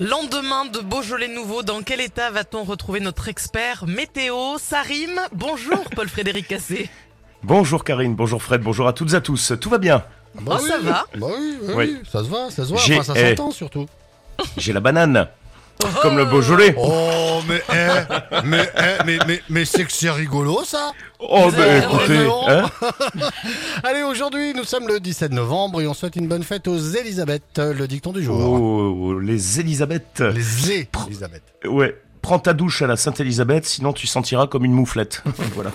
Lendemain de Beaujolais nouveau, dans quel état va-t-on retrouver notre expert météo Sarim Bonjour Paul-Frédéric Cassé. Bonjour Karine, bonjour Fred, bonjour à toutes et à tous. Tout va bien Bon, Ah, ça va. Bah oui, oui, Oui. oui, ça se voit, ça se voit, J'ai- enfin, ça eh. s'entend surtout. J'ai la banane. Comme Oh le Beaujolais. Oh, mais, eh, mais, eh, mais, mais, mais c'est que c'est rigolo ça Oh, Vous bah avez la écoutez. banane hein Allez, aujourd'hui, nous sommes le 17 novembre et on souhaite une bonne fête aux Élisabeth, euh, le dicton du jour. oh, les Élisabeth. Les Élisabeth. Ouais. Prends ta douche à la Sainte-Élisabeth, sinon tu sentiras comme une mouflette. voilà.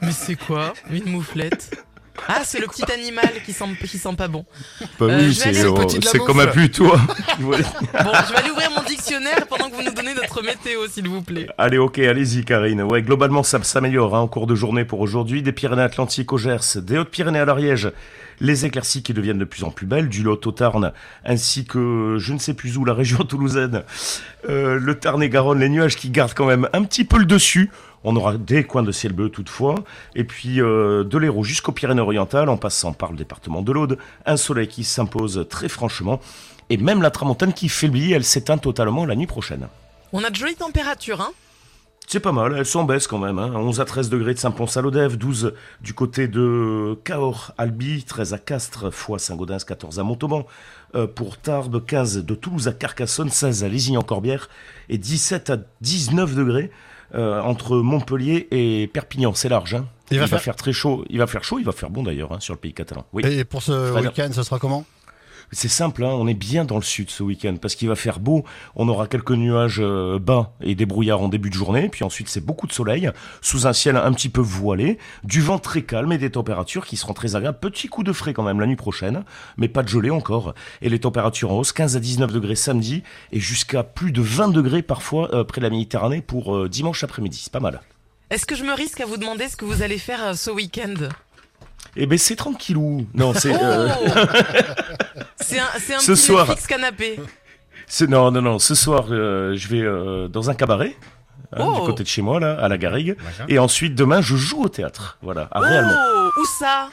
Mais c'est quoi Une mouflette Ah, c'est le petit animal qui sent, qui sent pas bon. Bah Euh, je vais aller au petit de la c'est mouffe. comme un putois. Voilà. Bon, je vais aller ouvrir mon dictionnaire pendant que vous nous donnez notre météo, s'il vous plaît. Allez, ok, allez-y, Karine. Ouais, globalement, ça s'améliore hein, en cours de journée pour aujourd'hui. Des Pyrénées-Atlantiques au Gers, des Hautes-Pyrénées à l'Ariège, les éclaircies qui deviennent de plus en plus belles, du Lot au Tarn, ainsi que euh, je ne sais plus où, la région toulousaine, Euh, le Tarn et Garonne, les nuages qui gardent quand même un petit peu le dessus. On aura des coins de ciel bleu toutefois, et puis euh, de l'Hérault jusqu'aux Pyrénées-Orientales, en passant par le département de l'Aude, un soleil qui s'impose très franchement, et même la tramontane qui faiblit, elle s'éteint totalement la nuit prochaine. On a de jolies températures, hein C'est pas mal, elles sont baisse quand même. Hein. 11 à 13 degrés de Saint-Pons-à-Lodève, 12 du côté de Cahors, Albi, 13 à Castres, Foix, Saint-Gaudens, 14 à Montauban, euh, pour Tarbes, 15 de Toulouse à Carcassonne, 16 à Lézignan-Corbière et 17 à 19 degrés euh, entre Montpellier et Perpignan. C'est large. Hein. Il va faire- très chaud. Il va faire chaud, il va faire bon d'ailleurs hein, sur le pays catalan. Oui. Et pour ce Très bien. week-end, ce sera comment C'est simple, hein, on est bien dans le sud ce week-end parce qu'il va faire beau. On aura quelques nuages euh, bas et des brouillards en début de journée. Puis ensuite, c'est beaucoup de soleil sous un ciel un petit peu voilé, du vent très calme et des températures qui seront très agréables. Petit coup de frais quand même la nuit prochaine, mais pas de gelée encore. Et les températures en hausse, 15 à 19 degrés samedi et jusqu'à plus de 20 degrés parfois euh, près de la Méditerranée pour euh, dimanche après-midi. C'est pas mal. Est-ce que je me risque à vous demander ce que vous allez faire euh, ce week-end Eh ben c'est tranquillou. Non, c'est. euh, Oh C'est un, c'est un Ce petit soir. Netflix canapé. C'est- non, non, non. Ce soir, euh, je vais euh, dans un cabaret. hein, Oh. Du côté de chez moi, là, à la Garrigue. Et ensuite, demain, je joue au théâtre. Voilà, à Réalmont. Oh, où ça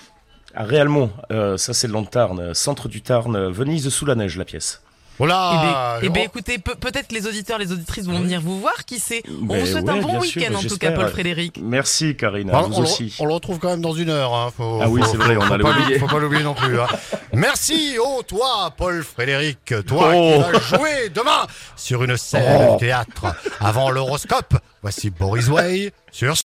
À Réalmont, euh, ça c'est le Land Tarn, euh, centre du Tarn, euh, Venise sous la neige, la pièce. Oh Eh ben- Ah, là eh ben, oh, écoutez, pe- peut-être que les auditeurs, les auditrices vont venir vous voir, qui sait. On Mais vous souhaite un Ben ouais, bon bien sûr, week-end en tout cas, j'espère. Paul Frédéric. Merci, Karine, à Bon, vous on, le, aussi. on le retrouve quand même dans une heure. hein, faut- Ah oui, faut- c'est vrai, on faut allait pas- oublier. Faut pas l'oublier non plus. hein. Merci, oh toi, Paul Frédéric, toi Oh. qui vas jouer demain sur une scène de théâtre avant l'horoscope. Voici Boris Way sur